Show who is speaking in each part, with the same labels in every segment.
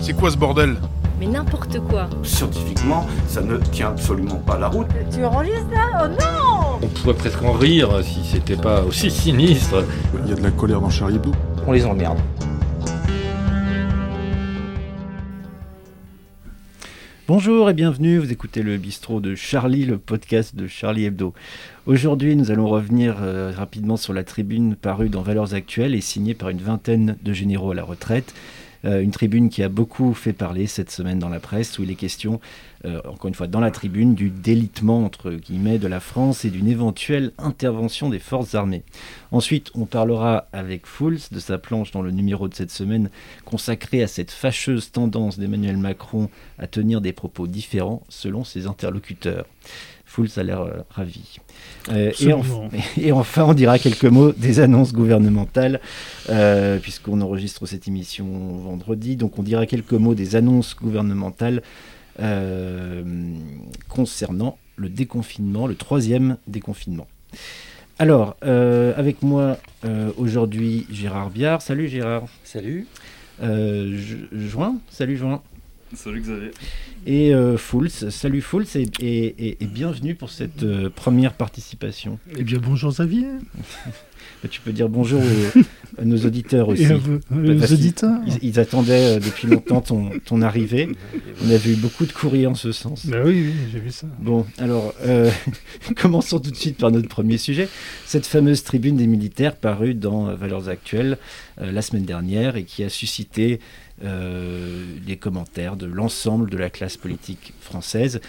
Speaker 1: C'est quoi ce bordel
Speaker 2: Mais n'importe quoi.
Speaker 3: Scientifiquement, ça ne tient absolument pas la route.
Speaker 4: Tu enregistres là Oh non
Speaker 5: On pourrait presque en rire si c'était pas aussi sinistre.
Speaker 6: Il y a de la colère dans Charlie Hebdo.
Speaker 7: On les emmerde.
Speaker 8: Bonjour et bienvenue, vous écoutez le bistrot de Charlie, le podcast de Charlie Hebdo. Aujourd'hui, nous allons revenir euh, rapidement sur la tribune parue dans Valeurs Actuelles et signée par une vingtaine de généraux à la retraite. Euh, une tribune qui a beaucoup fait parler cette semaine dans la presse, où il est question, euh, encore une fois, dans la tribune, du délitement, entre guillemets, de la France et d'une éventuelle intervention des forces armées. Ensuite, on parlera avec Fouls de sa planche dans le numéro de cette semaine consacrée à cette fâcheuse tendance d'Emmanuel Macron à tenir des propos différents selon ses interlocuteurs. Fouls a l'air euh, ravi. Euh, et, enf-
Speaker 9: Absolument.
Speaker 8: et enfin, on dira quelques mots des annonces gouvernementales, euh, puisqu'on enregistre cette émission vendredi. Donc, on dira quelques mots des annonces gouvernementales euh, concernant le déconfinement, le troisième déconfinement. Alors, euh, avec moi euh, aujourd'hui Gérard Biard. Salut Gérard.
Speaker 7: Salut.
Speaker 8: Euh, Ju- Juin, salut Juin.
Speaker 10: Salut Xavier.
Speaker 8: Et euh, Fouls, salut Fouls et, et- et- et bienvenue pour cette euh, première participation.
Speaker 9: Eh bien, bonjour Xavier.
Speaker 8: Bah, tu peux dire bonjour aux- à nos auditeurs aussi.
Speaker 9: Et à vous,
Speaker 8: Bah,
Speaker 9: aux
Speaker 8: parce qu'ils-
Speaker 9: auditeurs.
Speaker 8: Ils, ils attendaient euh, depuis longtemps ton, ton arrivée. On a vu beaucoup de courriers en ce sens.
Speaker 9: Bah oui, oui, j'ai vu ça.
Speaker 8: Bon, alors, euh, commençons tout de suite par notre premier sujet. Cette fameuse tribune des militaires parue dans euh, Valeurs Actuelles euh, la semaine dernière et qui a suscité euh, les commentaires de l'ensemble de la classe politique française.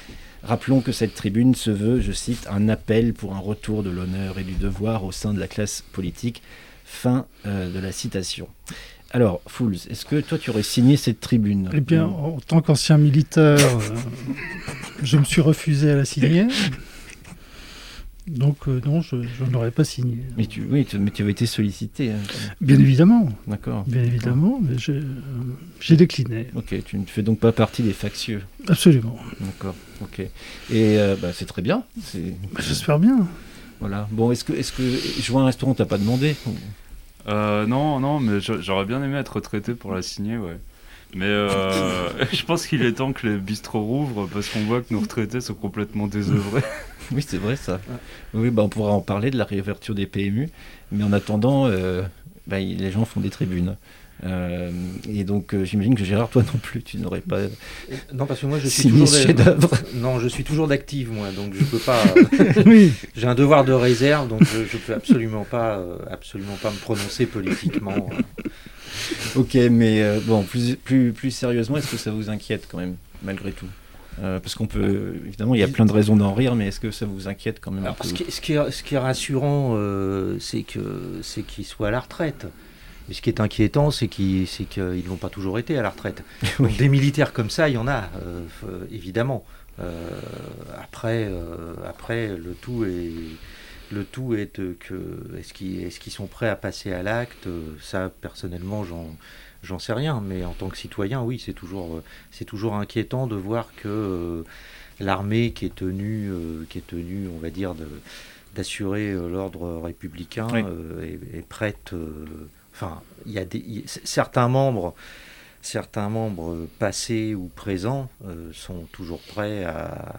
Speaker 8: Rappelons que cette tribune se veut, je cite, un appel pour un retour de l'honneur et du devoir au sein de la classe politique. Fin euh, de la citation. Alors, Fouls, est-ce que toi tu aurais signé cette tribune
Speaker 9: Eh bien, en tant qu'ancien militaire, euh, je me suis refusé à la signer. Donc, euh, non, je, je n'aurais pas signé.
Speaker 8: Mais tu, oui, tu, mais tu avais été sollicité, hein, quand même.
Speaker 9: Bien évidemment,
Speaker 8: d'accord
Speaker 9: bien évidemment, mais j'ai, euh, j'ai décliné.
Speaker 8: Ok, tu ne fais donc pas partie des factieux.
Speaker 9: Absolument.
Speaker 8: D'accord, ok. Et euh, bah, c'est très bien. c'est-
Speaker 9: Bah, J'espère bien.
Speaker 8: Voilà. Bon, est-ce que, est-ce que je vois un restaurant, t'as pas demandé
Speaker 10: Euh, non, non, mais j'a- j'aurais bien aimé être retraité pour la signer, ouais. Mais euh, je pense qu'il est temps que les bistrots rouvrent parce qu'on voit que nos retraités sont complètement désœuvrés.
Speaker 8: Oui, c'est vrai ça. Oui, bah, on pourra en parler de la réouverture des PMU. Mais en attendant, euh, bah, il- les gens font des tribunes. Euh, et donc, euh, j'imagine que Gérard, toi non plus, tu n'aurais pas
Speaker 7: Non, parce que moi je suis
Speaker 8: signé
Speaker 7: toujours.
Speaker 8: ce
Speaker 7: d'a-
Speaker 8: chef-d'œuvre.
Speaker 7: Non, je suis toujours d'active, moi, donc je peux pas. euh,
Speaker 9: Oui,
Speaker 7: J'ai un devoir de réserve, donc je, je peux absolument pas, euh, absolument pas me prononcer politiquement. euh.
Speaker 8: Ok, mais euh, bon, plus, plus, plus sérieusement, est-ce que ça vous inquiète quand même, malgré tout Euh, Parce qu'on peut, évidemment, il y a plein de raisons d'en rire, mais est-ce que ça vous inquiète quand même un
Speaker 7: Alors,
Speaker 8: peu
Speaker 7: ce, qui, ce qui est, ce qui est rassurant, euh, c'est que c'est qu'ils soient à la retraite. Mais ce qui est inquiétant, c'est qu'ils c'est qu'ils n'ont pas toujours été à la retraite.
Speaker 8: Oui.
Speaker 7: Donc, des militaires comme ça, il y en a, euh, f- euh, évidemment. Euh, après, euh, après, le tout est le tout est euh, que est-ce qu'ils est-ce qu'ils sont prêts à passer à l'acte Euh, Ça, personnellement, j'en j'en sais rien. Mais en tant que citoyen, oui, c'est toujours euh, c'est toujours inquiétant de voir que euh, l'armée qui est tenue euh, qui est tenue, on va dire de d'assurer euh, l'ordre républicain
Speaker 8: Oui.
Speaker 7: euh, est, est prête. euh, Enfin, il y a des il- c- certains membres certains membres euh, passés ou présents euh, sont toujours prêts à,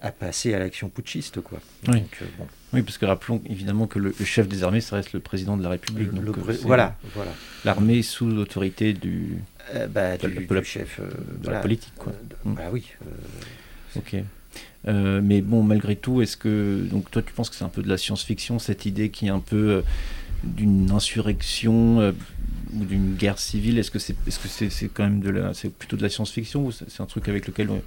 Speaker 7: à passer à l'action putschiste. Quoi.
Speaker 8: Oui.
Speaker 7: Donc, euh, bon,
Speaker 8: Oui, parce que rappelons évidemment que le, le chef des armées, ça reste le président de la République.
Speaker 7: le
Speaker 8: donc,
Speaker 7: pré-
Speaker 8: euh, c'est
Speaker 7: voilà, voilà.
Speaker 8: L'armée sous l'autorité du,
Speaker 7: Euh, bah,
Speaker 8: De
Speaker 7: du,
Speaker 8: la- de
Speaker 7: du
Speaker 8: la-
Speaker 7: chef. euh,
Speaker 8: de
Speaker 7: voilà.
Speaker 8: la politique. Quoi.
Speaker 7: Euh, de-
Speaker 8: Mm.
Speaker 7: bah oui. euh,
Speaker 8: Ok. Euh, mais bon, malgré tout, est-ce que. Donc, toi, tu penses que c'est un peu de la science-fiction, cette idée qui est un peu euh, d'une insurrection euh, ou d'une guerre civile Est-ce que c'est est -ce que c'est c'est quand même de la. C'est plutôt de la science-fiction ou c'est c'est un truc avec lequel on,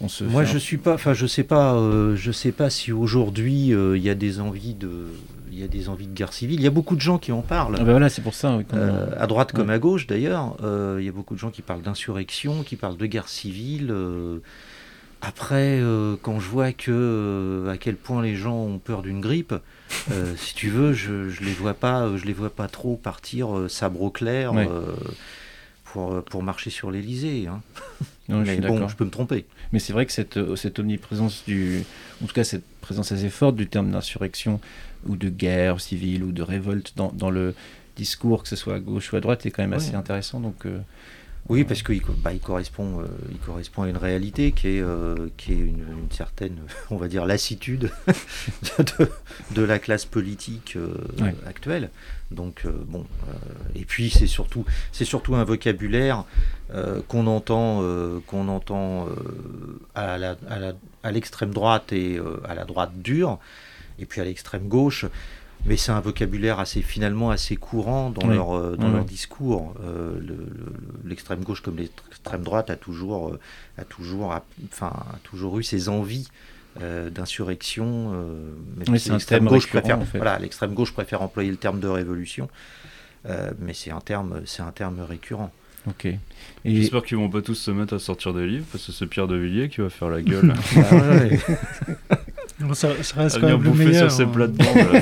Speaker 8: on se.
Speaker 7: Moi,
Speaker 8: fait un-
Speaker 7: je suis pas. Enfin, je sais pas. euh, je sais pas si aujourd'hui euh, il y a des envies de. Il y a des envies de guerre civile. Il y a beaucoup de gens qui en parlent.
Speaker 8: Ah bah voilà, c'est pour ça. oui, qu'on-
Speaker 7: Euh, à droite comme
Speaker 8: Ouais.
Speaker 7: à gauche d'ailleurs, euh, il y a beaucoup de gens qui parlent d'insurrection, qui parlent de guerre civile. euh. après, euh, quand je vois que euh, à quel point les gens ont peur d'une grippe, euh, si tu veux, je, je les vois pas, euh, je les vois pas trop partir euh, sabre au clair
Speaker 8: Ouais.
Speaker 7: euh, pour euh, pour marcher sur l'Elysée. Hein.
Speaker 8: Non, je
Speaker 7: Mais
Speaker 8: suis
Speaker 7: bon,
Speaker 8: d'accord.
Speaker 7: je peux me tromper.
Speaker 8: Mais c'est vrai que cette, euh, cette omniprésence du, en tout cas cette présence assez forte du terme d'insurrection ou de guerre civile ou de révolte dans, dans le discours, que ce soit à gauche ou à droite, est quand même assez
Speaker 7: Ouais.
Speaker 8: intéressant. Donc, euh,
Speaker 7: Oui, parce qu'il co- bah, il correspond, euh, il correspond à une réalité qui est, euh, qui est une, une certaine, on va dire, lassitude de, de la classe politique euh,
Speaker 8: Ouais.
Speaker 7: actuelle. Donc, euh, bon. euh, et puis, c'est surtout, c'est surtout un vocabulaire euh, qu'on entend, euh, qu'on entend euh, à, la- à la- à l'extrême droite et euh, à la droite dure, et puis à l'extrême gauche. Mais c'est un vocabulaire assez finalement assez courant dans
Speaker 8: Oui.
Speaker 7: leur euh, dans
Speaker 8: Oui,
Speaker 7: leur
Speaker 8: oui.
Speaker 7: discours. Euh, le- le- L'extrême gauche comme l'extrême droite a toujours euh, a toujours a- enfin a toujours eu ses envies euh, d'insurrection. euh, mais
Speaker 8: Oui, c'est un
Speaker 7: l'extrême
Speaker 8: thème
Speaker 7: gauche
Speaker 8: récurrent,
Speaker 7: préfère
Speaker 8: en fait.
Speaker 7: voilà l'extrême gauche préfère employer le terme de révolution. euh, mais c'est un terme c'est un terme récurrent.
Speaker 8: Ok. Et
Speaker 10: J'espère qu'ils vont pas tous se mettre à sortir des livres parce que c'est Pierre de Villiers qui va faire la gueule.
Speaker 9: Non, Ça, ça
Speaker 10: à
Speaker 9: reste quand
Speaker 10: venir
Speaker 9: même le
Speaker 10: bouffer
Speaker 9: meilleur.
Speaker 10: sur ses
Speaker 9: hein.
Speaker 10: plates-bandes. là.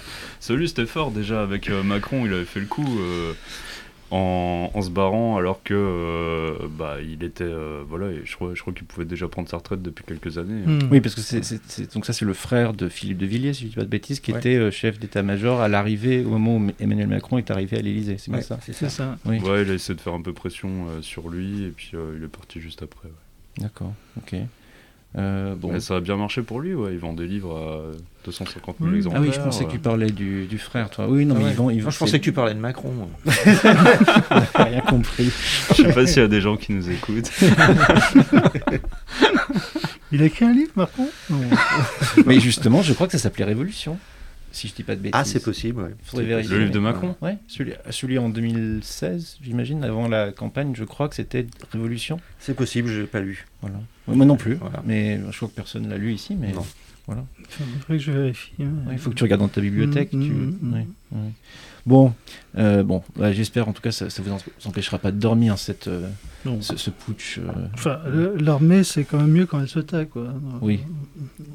Speaker 10: Celui, c'était fort déjà. Avec euh, Macron, il avait fait le coup euh, en, en se barrant alors que euh, bah, il était. euh, voilà, et je crois, je crois qu'il pouvait déjà prendre sa retraite depuis quelques années. hein.
Speaker 9: Hmm.
Speaker 8: Oui, parce que c'est, c'est- c'est- donc ça c'est le frère de Philippe de Villiers, si je dis pas de bêtises, qui
Speaker 7: Ouais.
Speaker 8: était euh, chef d'état-major à l'arrivée, au moment où Emmanuel Macron est arrivé à l'Élysée. C'est bien
Speaker 7: Ouais,
Speaker 8: ça.
Speaker 7: c'est ça.
Speaker 9: C'est ça.
Speaker 8: Oui.
Speaker 10: Ouais, il a essayé de faire un peu pression euh, sur lui et puis euh, il est parti juste après. ouais.
Speaker 8: D'accord. Ok. Euh, bon.
Speaker 10: Mais ça a bien marché pour lui, ouais. Il vend des livres à 250 000
Speaker 9: Oui.
Speaker 10: exemplaires. euh,
Speaker 8: ah oui, je pensais que tu parlais du, du frère, toi. Oui, non, mais
Speaker 7: Ah ouais.
Speaker 8: ils vont, ils vont.
Speaker 7: Non, je pensais que tu parlais de Macron. moi.
Speaker 8: J'ai rien compris.
Speaker 10: Je sais pas s'il y a des gens qui nous écoutent.
Speaker 9: Il a écrit un livre, Macron Non.
Speaker 8: mais justement, je crois que ça s'appelait Révolution, si je dis pas de bêtises.
Speaker 7: Ah, c'est possible. ouais.
Speaker 8: Faudrait
Speaker 7: C'est
Speaker 8: vérifier.
Speaker 10: Le livre de Macron
Speaker 8: Ouais, celui, celui en 2016, j'imagine, avant la campagne, je crois que c'était Révolution.
Speaker 7: C'est possible, je l'ai pas lu.
Speaker 8: Voilà. Ouais, moi non plus,
Speaker 7: Voilà.
Speaker 8: mais je crois que personne l'a lu ici. Mais
Speaker 7: Non.
Speaker 9: Faudrait que je vérifie. hein.
Speaker 8: Ouais, il faut que tu regardes dans ta bibliothèque.
Speaker 9: Mm,
Speaker 8: tu-
Speaker 9: mm, mm.
Speaker 8: ouais, ouais. Bon, euh, bon, ouais, j'espère en tout cas ça, ça vous en- ça empêchera pas de dormir cette, euh,
Speaker 9: Non.
Speaker 8: ce, ce putsch. euh.
Speaker 9: Enfin, le- l'armée, c'est quand même mieux quand elle se tait, quoi.
Speaker 8: Oui.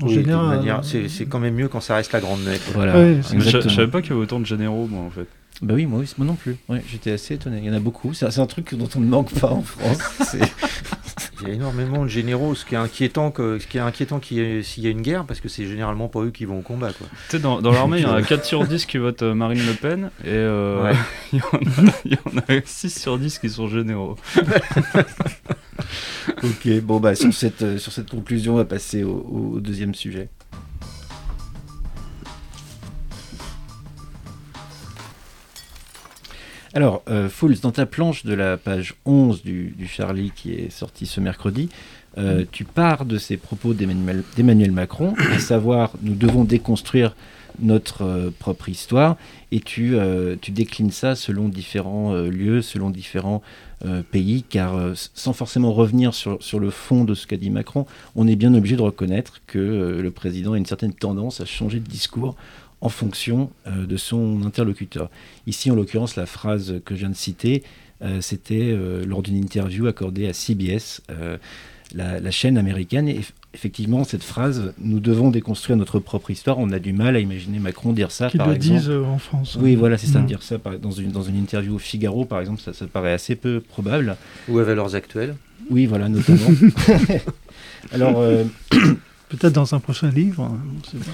Speaker 9: En
Speaker 7: Oui, de
Speaker 9: général.
Speaker 7: manière-
Speaker 9: euh,
Speaker 7: c'est c'est quand même mieux quand ça reste la grande nette.
Speaker 8: Voilà.
Speaker 9: Ouais, c'est-
Speaker 10: Mais Je je
Speaker 8: exactement.
Speaker 10: savais pas qu'il y avait autant de généraux, moi, en fait.
Speaker 8: Bah oui, moi, oui, moi non plus. Ouais, J'étais assez étonné. Il y en a beaucoup. C'est c'est un truc dont on ne manque pas en France. C'est-
Speaker 7: Il y a énormément de généraux, ce qui est inquiétant, que, ce qui est inquiétant qu'il y ait- s'il y a une guerre, parce que c'est généralement pas eux qui vont au combat. Quoi.
Speaker 10: Tu sais, dans, dans l'armée, il y en a 4 sur 10 qui votent euh, Marine Le Pen, et euh,
Speaker 7: Ouais.
Speaker 10: il, y en a, il y en a 6 sur 10 qui sont généraux.
Speaker 8: ok, bon, bah sur cette, euh, sur cette conclusion, on va passer au, au deuxième sujet. Alors, euh, Fools, dans ta planche de la page 11 du, du Charlie qui est sorti ce mercredi, euh, tu pars de ces propos d'Emmanuel d'Emmanuel Macron, à savoir nous devons déconstruire notre euh, propre histoire, et tu, euh, tu déclines ça selon différents euh, lieux, selon différents euh, pays, car euh, s- sans forcément revenir sur, sur le fond de ce qu'a dit Macron, on est bien obligé de reconnaître que euh, le président a une certaine tendance à changer de discours en fonction euh, de son interlocuteur. Ici, en l'occurrence, la phrase que je viens de citer, euh, c'était euh, lors d'une interview accordée à CBS, euh, la, la chaîne américaine. Et eff- effectivement, cette phrase, nous devons déconstruire notre propre histoire. On a du mal à imaginer Macron dire ça,
Speaker 9: Qu'ils
Speaker 8: par
Speaker 9: le
Speaker 8: exemple.
Speaker 9: disent euh, en France.
Speaker 8: Oui, voilà, c'est ça,
Speaker 9: Mm.
Speaker 8: Mmh. dire ça par- dans une, dans une interview au Figaro, par exemple, ça, ça paraît assez peu probable.
Speaker 7: Ou à valeurs actuelles.
Speaker 8: Oui, voilà, notamment. Alors, euh,
Speaker 9: Peut-être dans un prochain livre. hein, on sait pas.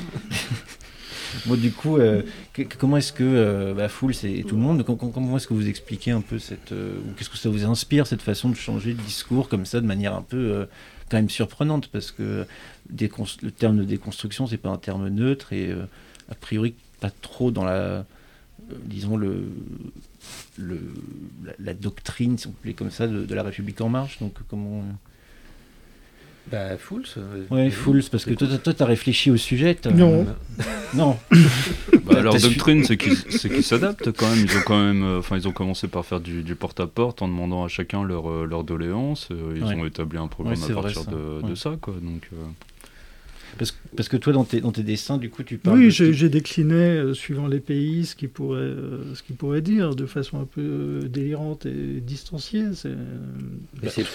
Speaker 8: moi, du coup, euh, que- que- comment est-ce que euh, bah, Fools et tout le monde, com- com- comment est-ce que vous expliquez un peu cette. euh, ou qu'est-ce que ça vous inspire, cette façon de changer de discours comme ça, de manière un peu euh, quand même surprenante Parce que décons- le terme de déconstruction, c'est pas un terme neutre et euh, a priori pas trop dans la. euh, disons, le. le la, la doctrine, si on peut comme ça, de, de la République en marche. Donc, comment.
Speaker 7: Bah, Fools. euh,
Speaker 8: Ouais,
Speaker 7: euh,
Speaker 8: Fools, parce que toi, t'as- toi, t'as réfléchi au sujet. t'as-
Speaker 9: Non.
Speaker 8: Non.
Speaker 10: Bah,
Speaker 8: T'as-
Speaker 10: leur
Speaker 8: t'as su-
Speaker 10: doctrine, c'est qu'ils c'est qu'ils s'adaptent quand même. Ils ont quand même, euh, enfin, ils ont commencé par faire du, du porte-à-porte en demandant à chacun leur, euh, leur doléance. euh, Ils
Speaker 8: Ouais.
Speaker 10: ont établi un programme
Speaker 8: Ouais,
Speaker 10: à
Speaker 8: c'est vrai,
Speaker 10: partir
Speaker 8: ça.
Speaker 10: de, de
Speaker 8: Ouais.
Speaker 10: ça, quoi. Donc, euh,
Speaker 8: Parce, parce que toi, dans tes, dans tes dessins, du coup, tu parles. de-
Speaker 9: Oui, j'ai j'ai décliné, euh, suivant les pays, ce qu'ils pourraient, euh, ce qu'ils pourraient dire, de façon un peu euh, délirante et distanciée. c'est, euh,
Speaker 7: mais Bah, c'est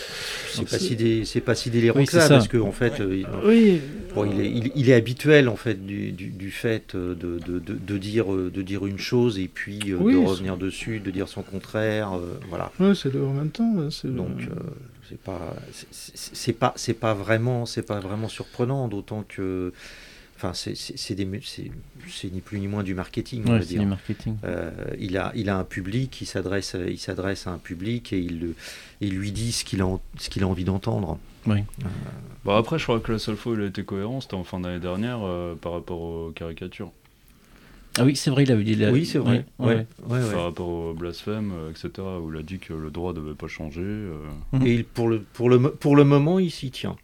Speaker 7: c'est pas, si dé- c'est pas si délirant
Speaker 8: Oui,
Speaker 7: que
Speaker 8: c'est
Speaker 7: ça,
Speaker 8: ça.
Speaker 7: parce qu'en fait, euh, il-
Speaker 9: Oui,
Speaker 7: Bon, il, est, il- il est habituel en fait du, du- du fait euh, de, de- de- de dire, euh, de dire une chose et puis euh,
Speaker 9: Oui,
Speaker 7: de
Speaker 9: c'est-
Speaker 7: revenir dessus, de dire son contraire, euh, voilà.
Speaker 9: ouais, c'est le- en même temps. hein, c'est le-
Speaker 7: Donc
Speaker 8: Mmh.
Speaker 7: euh, c'est pas c'est- c'est c'est pas c'est pas vraiment c'est pas vraiment surprenant d'autant que Enfin, c'est- c'est c'est des mu- c'est- c'est ni plus ni moins du marketing, on
Speaker 8: Ouais,
Speaker 7: va
Speaker 8: c'est
Speaker 7: dire.
Speaker 8: du marketing.
Speaker 7: Euh, il, a, il a un public, il s'adresse, il s'adresse à un public et il, le- il lui dit ce qu'il a, en- ce qu'il a envie d'entendre.
Speaker 10: Bah après, je crois que la seule fois où il a été cohérent, c'était en fin d'année dernière euh, par rapport aux caricatures,
Speaker 8: Ah oui, c'est vrai, il avait dit. la-
Speaker 7: oui, c'est vrai.
Speaker 8: Ouais, ouais.
Speaker 7: Ouais, ouais.
Speaker 10: par rapport au blasphème, euh, etc., où il a dit que le droit devait pas changer. euh.
Speaker 7: Et il- pour, le, pour, le, mo- pour le moment, il s'y tient.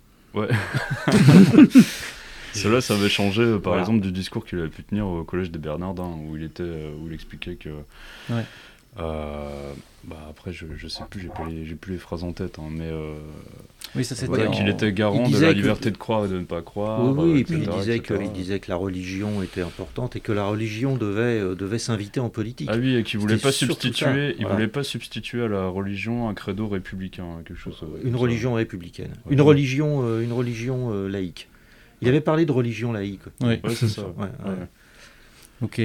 Speaker 10: Cela, ça avait changé, euh, par
Speaker 7: Voilà.
Speaker 10: exemple, du discours qu'il avait pu tenir au collège des Bernardins, où il était, euh, où il expliquait que.
Speaker 8: Ouais.
Speaker 10: euh, bah après, je, je sais plus, j'ai pas les- j'ai plus les phrases en tête, hein, mais euh,
Speaker 8: Oui, ça c'était.
Speaker 10: voilà,
Speaker 8: en-
Speaker 10: qu'il était garant
Speaker 7: il
Speaker 10: de
Speaker 7: disait
Speaker 10: la
Speaker 7: que-
Speaker 10: liberté de croire et de ne pas croire.
Speaker 7: Oui, oui,
Speaker 10: euh,
Speaker 7: et puis il
Speaker 10: etc.,
Speaker 7: disait, que,
Speaker 10: etc..
Speaker 7: il disait que la religion était importante et que la religion devait, euh, devait s'inviter en politique.
Speaker 10: Ah oui, et qu'il voulait
Speaker 7: C'était
Speaker 10: pas
Speaker 7: surtout ça.
Speaker 10: substituer, il
Speaker 7: Voilà.
Speaker 10: voulait pas substituer à la religion un credo républicain, hein, quelque chose. euh, comme
Speaker 7: Une
Speaker 10: ça.
Speaker 7: religion républicaine.
Speaker 10: Ouais.
Speaker 7: Une religion, euh, une religion euh, laïque. Il avait parlé de religion laïque.
Speaker 8: Ouais.
Speaker 10: Ouais, c'est ça.
Speaker 7: Ouais, ouais.
Speaker 10: Ah, Ouais.
Speaker 8: Ok.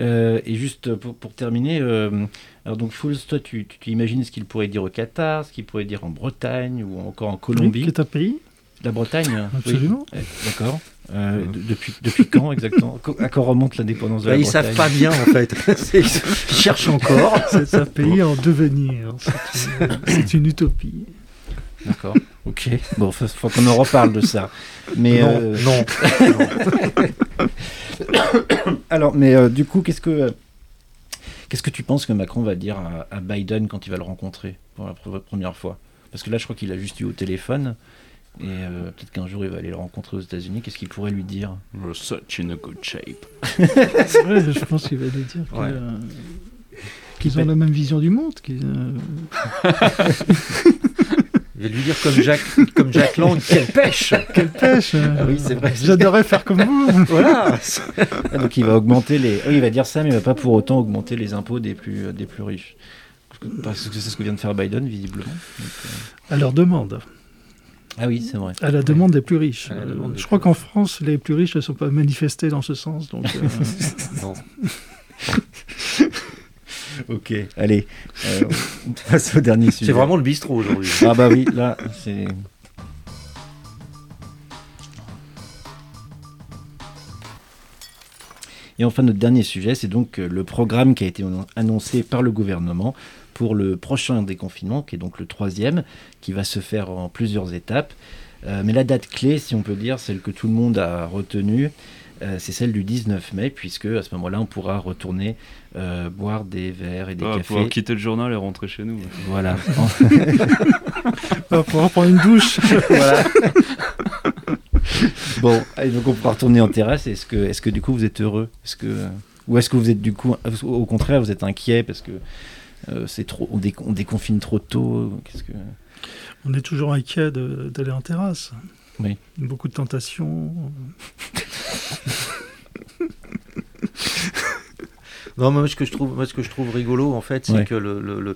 Speaker 8: Euh, et juste pour, pour terminer, euh, alors donc Fools, toi, tu, tu- tu imagines ce qu'il pourrait dire au Qatar, ce qu'il pourrait dire en Bretagne ou encore en
Speaker 9: Colombie,
Speaker 8: Colombie.
Speaker 9: qui est un pays,
Speaker 8: La Bretagne oui.
Speaker 9: absolument.
Speaker 8: Eh, D'accord. Euh, de- depuis, depuis quand exactement Co- À quand remonte l'indépendance de
Speaker 7: Bah,
Speaker 8: la
Speaker 7: ils
Speaker 8: Bretagne
Speaker 7: savent pas bien en fait. C'est- ils cherchent encore.
Speaker 9: C'est un pays en devenir. C'est une- C'est une utopie.
Speaker 8: D'accord. Ok. Bon, faut, faut qu'on en reparle de ça. Mais
Speaker 7: non,
Speaker 8: euh,
Speaker 7: non.
Speaker 8: alors, mais euh, du coup, qu'est-ce que euh, qu'est-ce que tu penses que Macron va dire à, à Biden quand il va le rencontrer pour la pre- première fois Parce que là, je crois qu'il a juste eu au téléphone. Et euh, peut-être qu'un jour il va aller le rencontrer aux États-Unis. Qu'est-ce qu'il pourrait lui dire
Speaker 10: We're such in a good shape.
Speaker 9: Ouais, je pense qu'il va lui dire que,
Speaker 7: Ouais.
Speaker 9: euh, qu'ils ont la même vision du monde. qu'ils, euh,
Speaker 7: Je vais lui dire comme Jacques, comme Jacques Lang, quelle pêche
Speaker 9: Quelle pêche euh,
Speaker 7: Ah oui, c'est vrai.
Speaker 9: J'adorais faire comme vous.
Speaker 7: Voilà.
Speaker 8: Ah, Donc il va augmenter les. Oui, il va dire ça, mais il va pas pour autant augmenter les impôts des plus des plus riches. Parce que c'est ce que vient de faire Biden, visiblement.
Speaker 9: À leur demande,
Speaker 8: Ah oui, c'est vrai.
Speaker 9: à la demande des plus riches.
Speaker 7: À la
Speaker 9: Euh,
Speaker 7: demande des
Speaker 9: je crois
Speaker 7: plus
Speaker 9: qu'en France, les plus riches ne sont pas manifestés dans ce sens. Donc, euh,
Speaker 7: Non.
Speaker 8: Ok. Allez, euh, on passe au dernier sujet.
Speaker 7: C'est vraiment le bistrot aujourd'hui.
Speaker 8: Ah bah oui, là, c'est. Et enfin, notre dernier sujet, c'est donc euh, le programme qui a été annon- annoncé par le gouvernement pour le prochain déconfinement, qui est donc le troisième, qui va se faire en plusieurs étapes. Euh, mais la date clé, si on peut dire, celle que tout le monde a retenue, euh, c'est celle du 19 mai, puisque à ce moment-là, on pourra retourner euh, boire des verres et des
Speaker 10: Ah,
Speaker 8: cafés.
Speaker 10: pouvoir quitter le journal et rentrer chez nous.
Speaker 8: Voilà.
Speaker 9: on va pouvoir prendre une douche.
Speaker 8: voilà. bon, et donc on pourra retourner en terrasse. Est-ce que, est-ce que du coup vous êtes heureux est-ce que, euh, Ou est-ce que vous êtes du coup, au contraire, vous êtes inquiet parce que euh, c'est trop, on, décon- on déconfine trop tôt Qu'est-ce que...
Speaker 9: On est toujours inquiet de- d'aller en terrasse.
Speaker 8: Oui.
Speaker 9: Beaucoup de tentations.
Speaker 7: Non, mais moi, ce que je trouve, moi, ce que je trouve rigolo, en fait, c'est
Speaker 8: Ouais.
Speaker 7: que le, le- le-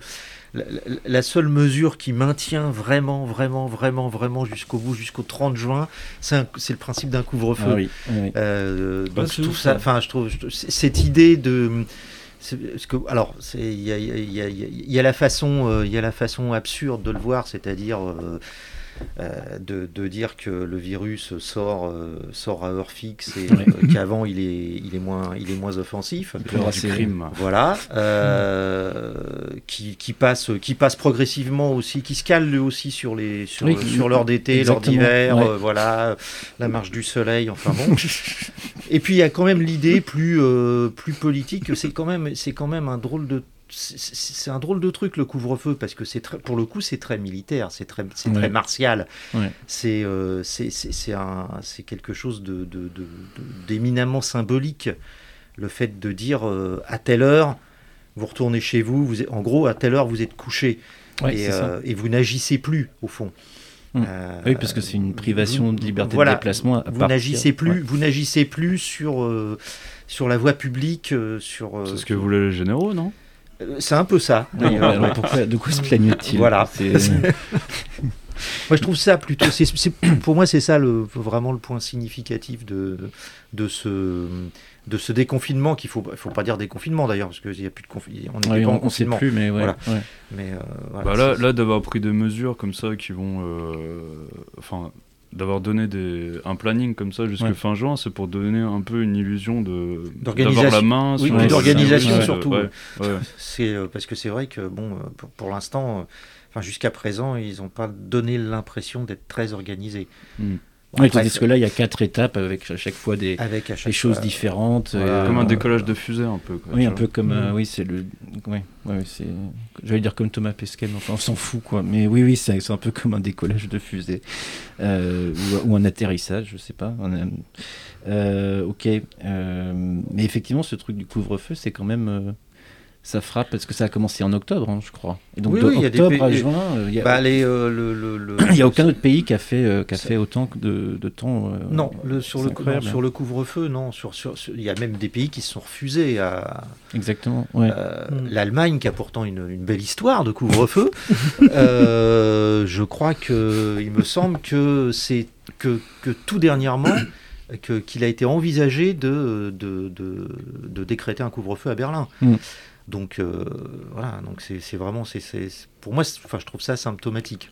Speaker 7: la, la- la seule mesure qui maintient vraiment, vraiment, vraiment, vraiment jusqu'au bout, jusqu'au 30 juin, c'est un- c'est le principe d'un couvre-feu.
Speaker 8: Ah oui, ah oui.
Speaker 7: Euh, donc
Speaker 10: Ah,
Speaker 7: je
Speaker 10: c'est
Speaker 7: trouve
Speaker 10: ouf,
Speaker 7: ça,
Speaker 10: ça.
Speaker 7: enfin je trouve je trouve- c- cette idée de c'est- parce que, alors, c'est- il y a, il y a- il y a- il y a la façon, euh, il y a la façon absurde de le voir, c'est-à-dire euh, euh, de, de dire que le virus sort, euh, sort à heure fixe et
Speaker 8: Ouais.
Speaker 7: euh, qu'avant il est, il est moins, il est moins offensif.
Speaker 8: peut avoir ses-
Speaker 7: Voilà, euh, qui, qui passe, qui passe progressivement aussi, qui se cale lui aussi sur les sur,
Speaker 8: Oui, qui-
Speaker 7: sur l'heure d'été, l'heure
Speaker 8: exactement,
Speaker 7: d'hiver,
Speaker 8: ouais.
Speaker 7: euh, voilà, la marche du soleil, enfin bon. Et puis il y a quand même l'idée plus euh, plus politique que c'est quand même c'est quand même un drôle de c'est- c'est c'est un drôle de truc le couvre-feu parce que c'est très- pour le coup c'est très militaire, c'est très c'est
Speaker 8: Ouais.
Speaker 7: très martial,
Speaker 8: Ouais.
Speaker 7: c'est euh, c'est c'est- c'est un c'est quelque chose de de- de- de- d'éminemment symbolique le fait de dire euh, à telle heure vous retournez chez vous, vous êtes- en gros à telle heure vous êtes couché
Speaker 8: Ouais,
Speaker 7: et,
Speaker 8: c'est ça.
Speaker 7: euh, et vous n'agissez plus au fond.
Speaker 8: Mm.
Speaker 7: Euh,
Speaker 8: Oui, parce que c'est une privation de liberté
Speaker 7: voilà.
Speaker 8: de déplacement. À
Speaker 7: vous
Speaker 8: partir-
Speaker 7: n'agissez plus,
Speaker 8: Ouais.
Speaker 7: vous n'agissez plus sur euh, sur la voie publique, euh, sur. euh,
Speaker 10: C'est ce que voulaient les généraux, non
Speaker 7: Euh, C'est un peu ça.
Speaker 8: Oui,
Speaker 7: d'ailleurs,
Speaker 8: alors
Speaker 7: ouais.
Speaker 8: pourquoi, de quoi se plaignent-ils
Speaker 7: Voilà.
Speaker 8: C'est-
Speaker 7: Moi, je trouve ça plutôt. c'est- c'est- pour moi, c'est ça le, vraiment le point significatif de, de, ce, de ce déconfinement qu'il faut, faut pas dire déconfinement d'ailleurs, parce qu'il n'y a plus de confinement. On n'était
Speaker 8: Ouais,
Speaker 7: pas en
Speaker 8: on ne sait
Speaker 7: confinement.
Speaker 8: plus, mais ouais.
Speaker 7: Voilà.
Speaker 8: ouais.
Speaker 7: Mais, euh, voilà,
Speaker 10: Bah là,
Speaker 7: c'est-
Speaker 10: là d'avoir pris des mesures comme ça qui vont, euh, enfin, d'avoir donné des, un planning comme ça jusqu'à
Speaker 8: Ouais.
Speaker 10: fin juin, c'est pour donner un peu une illusion de
Speaker 7: D'organisation.
Speaker 10: d'avoir la main
Speaker 7: Oui,
Speaker 10: sur
Speaker 8: puis
Speaker 10: les
Speaker 7: d'organisation
Speaker 10: services,
Speaker 7: surtout.
Speaker 10: ouais, ouais.
Speaker 7: C'est euh, parce que c'est vrai que bon, euh, pour, pour l'instant, euh, enfin jusqu'à présent, ils n'ont pas donné l'impression d'être très organisés.
Speaker 10: Mm.
Speaker 7: Bon,
Speaker 8: Ouais,
Speaker 7: après,
Speaker 8: Hmm. tandis que là, il y a quatre étapes avec à chaque fois des,
Speaker 7: avec à chaque
Speaker 8: des choses
Speaker 7: fois-
Speaker 8: différentes.
Speaker 7: voilà.
Speaker 8: euh,
Speaker 10: Comme un décollage de fusée un peu. quoi,
Speaker 8: Oui,
Speaker 10: tu
Speaker 8: un
Speaker 10: vois.
Speaker 8: peu comme. euh,
Speaker 9: Mm.
Speaker 8: oui, c'est le. Oui, oui, c'est. J'allais dire comme Thomas Pesquet, mais enfin, on s'en fout, quoi. Mais oui, oui, c'est c'est un peu comme un décollage de fusée. Euh, ou, ou un atterrissage, je sais pas. un, euh, euh, ok. euh, mais effectivement, ce truc du couvre-feu, c'est quand même. euh, ça frappe parce que ça a commencé en octobre, hein, je crois. Et donc,
Speaker 7: Oui,
Speaker 8: de
Speaker 7: oui, il y a des
Speaker 8: octobre à
Speaker 7: pays-
Speaker 8: juin, euh, il n'y a,
Speaker 7: Bah, les, euh, le- le- le-
Speaker 8: il y a aucun autre pays qui a fait, euh, qui a
Speaker 7: Ça-
Speaker 8: fait autant que de, de temps. euh,
Speaker 7: Non, le- sur, le,
Speaker 8: c'est
Speaker 7: cou-
Speaker 8: incroyable.
Speaker 7: non, sur le couvre-feu, non. Sur, sur- sur- il y a même des pays qui se sont refusés à.
Speaker 8: Exactement. Ouais.
Speaker 7: euh,
Speaker 9: Mm.
Speaker 7: L'Allemagne, qui a pourtant une, une belle histoire de couvre-feu, euh, je crois que il me semble que c'est que, que tout dernièrement que- qu'il a été envisagé de, de, de- de décréter un couvre-feu à Berlin.
Speaker 8: Mm.
Speaker 7: Donc euh, voilà, donc c'est c'est vraiment c'est c'est- c'est- pour moi, c'est- enfin je trouve ça symptomatique.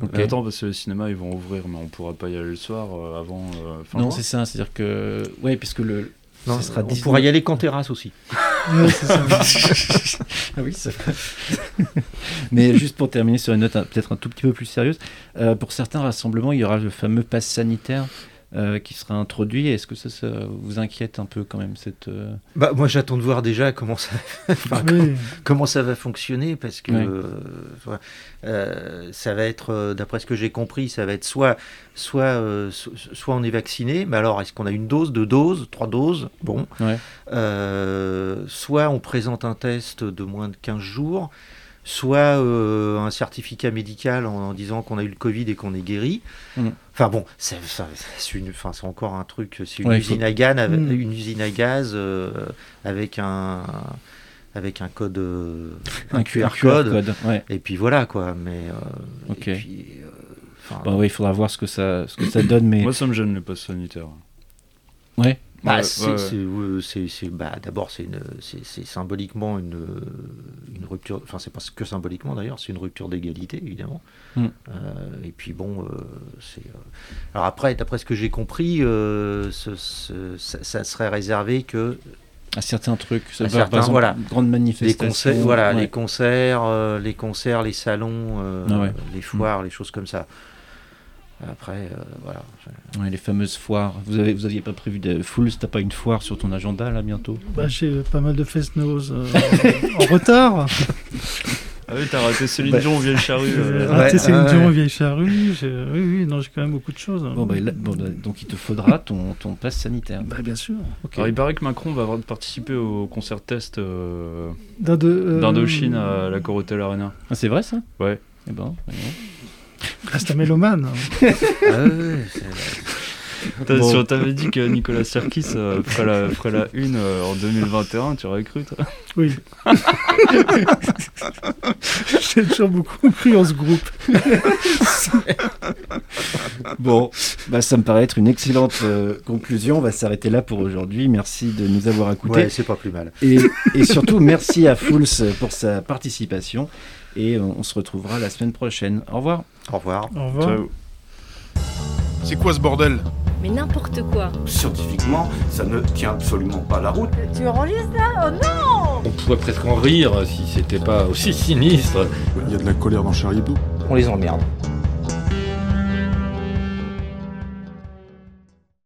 Speaker 8: Ok.
Speaker 7: bah,
Speaker 10: Mais attends, parce que le cinéma, ils vont ouvrir, mais on pourra pas y aller le soir euh, avant. euh, fin
Speaker 8: non,
Speaker 10: juin.
Speaker 8: c'est ça. C'est-à-dire que. Ouais, puisque le.
Speaker 7: Non,
Speaker 8: ce sera
Speaker 7: on
Speaker 8: 19.
Speaker 7: pourra y aller qu'en terrasse aussi.
Speaker 9: Ouais, c'est ça.
Speaker 8: Ah oui, ça Mais juste pour terminer sur une note un- peut-être un tout petit peu plus sérieuse, euh, pour certains rassemblements, il y aura le fameux pass sanitaire euh, qui sera introduit. Est-ce que ça, ça vous inquiète un peu quand même cette euh,
Speaker 7: Bah moi j'attends de voir déjà comment ça enfin,
Speaker 9: Oui.
Speaker 7: comment ça va fonctionner parce que
Speaker 8: Ouais.
Speaker 7: euh, voilà, euh, ça va être, euh, d'après ce que j'ai compris, ça va être soit, soit, euh, so- soit on est vacciné, mais alors est-ce qu'on a une dose, deux doses, trois doses Bon.
Speaker 8: Ouais.
Speaker 7: Euh, soit on présente un test de moins de 15 jours, soit euh, un certificat médical en, en disant qu'on a eu le Covid et qu'on est guéri.
Speaker 8: Mm.
Speaker 7: Enfin bon, c'est ça- c'est une- enfin, c'est encore un truc, c'est une,
Speaker 8: Ouais, il faut- Mmh.
Speaker 7: usine à gaz, avec-
Speaker 9: Mm.
Speaker 7: une usine à gaz euh, avec un avec un code, euh, un QR, code.
Speaker 8: Ouais.
Speaker 7: Et puis voilà quoi. Mais euh,
Speaker 8: Ok. Bah
Speaker 7: et puis, euh, enfin,
Speaker 8: Bon, ouais, il faudra voir ce que ça, ce que ça donne, mais
Speaker 10: Moi, ça me gêne les passes sanitaires.
Speaker 8: ouais.
Speaker 7: bah,
Speaker 10: Ouais,
Speaker 7: c'est-
Speaker 10: ouais, ouais.
Speaker 7: c'est- ouais, c'est- c'est- bah, d'abord c'est une- c'est c'est symboliquement une, euh, une rupture. Enfin c'est pas que symboliquement d'ailleurs, c'est une rupture d'égalité évidemment.
Speaker 8: Mm.
Speaker 7: Euh, et puis bon, euh, c'est. euh, Alors après, d'après ce que j'ai compris, euh, ce- ce- ça, ça serait réservé que
Speaker 8: à certains trucs, ça
Speaker 7: À
Speaker 8: peut avoir,
Speaker 7: certains,
Speaker 8: par exemple,
Speaker 7: voilà.
Speaker 8: une grande
Speaker 7: les
Speaker 8: manifestation.
Speaker 7: concerts, voilà,
Speaker 8: ouais.
Speaker 7: les concerts, euh, les concerts, les salons, euh,
Speaker 8: Ah ouais.
Speaker 7: les foires, les choses comme ça. Après, euh, voilà.
Speaker 8: Ouais, les fameuses foires. Vous avez, vous aviez pas prévu de Fools, t'as pas une foire sur ton agenda là bientôt
Speaker 9: Bah, j'ai pas mal de fest nose euh, en retard.
Speaker 10: Ah oui, t'as raté Céline
Speaker 7: Bah.
Speaker 10: Dion, vieille charrue.
Speaker 9: J'ai
Speaker 10: euh.
Speaker 7: Ouais,
Speaker 9: raté Céline
Speaker 7: ouais,
Speaker 9: Dion,
Speaker 7: ouais.
Speaker 9: Vieille Charrue. j'ai- Oui, oui, non, j'ai quand même beaucoup de choses.
Speaker 8: Bon, bah, là- bon, bah, donc il te faudra ton, ton pass sanitaire.
Speaker 9: Bah, bien sûr.
Speaker 8: Ok.
Speaker 10: Alors, il paraît que Macron va avoir participé au concert test euh,
Speaker 9: D'Indo- euh,
Speaker 10: d'Indochine à la Corotel Arena.
Speaker 8: Ah, c'est vrai ça
Speaker 10: Ouais.
Speaker 8: Eh ben, voyons.
Speaker 9: Ah, c'est un mélomane. hein.
Speaker 7: Ah ouais, c'est-
Speaker 10: Putain,
Speaker 8: Bon.
Speaker 10: Si on t'avait dit que Nicolas Serkis euh, ferait, la, ferait la une euh, en 2021, tu aurais cru, toi
Speaker 9: Oui. J'ai toujours beaucoup cru en ce groupe.
Speaker 8: Bon, bah, ça me paraît être une excellente euh, conclusion. On va s'arrêter là pour aujourd'hui. Merci de nous avoir écoutés.
Speaker 7: Ouais, c'est pas plus mal.
Speaker 8: Et, et surtout, merci à Fools pour sa participation. Et on on se retrouvera la semaine prochaine. Au revoir.
Speaker 7: Au revoir.
Speaker 9: Au revoir.
Speaker 10: Ciao.
Speaker 6: C'est quoi ce bordel
Speaker 4: Mais n'importe quoi.
Speaker 3: Scientifiquement, ça ne tient absolument pas la route.
Speaker 4: Tu enregistres là Oh non
Speaker 11: On pourrait presque en rire si c'était pas aussi sinistre.
Speaker 6: Il y a de la colère dans Charlie Hebdo.
Speaker 7: On les emmerde.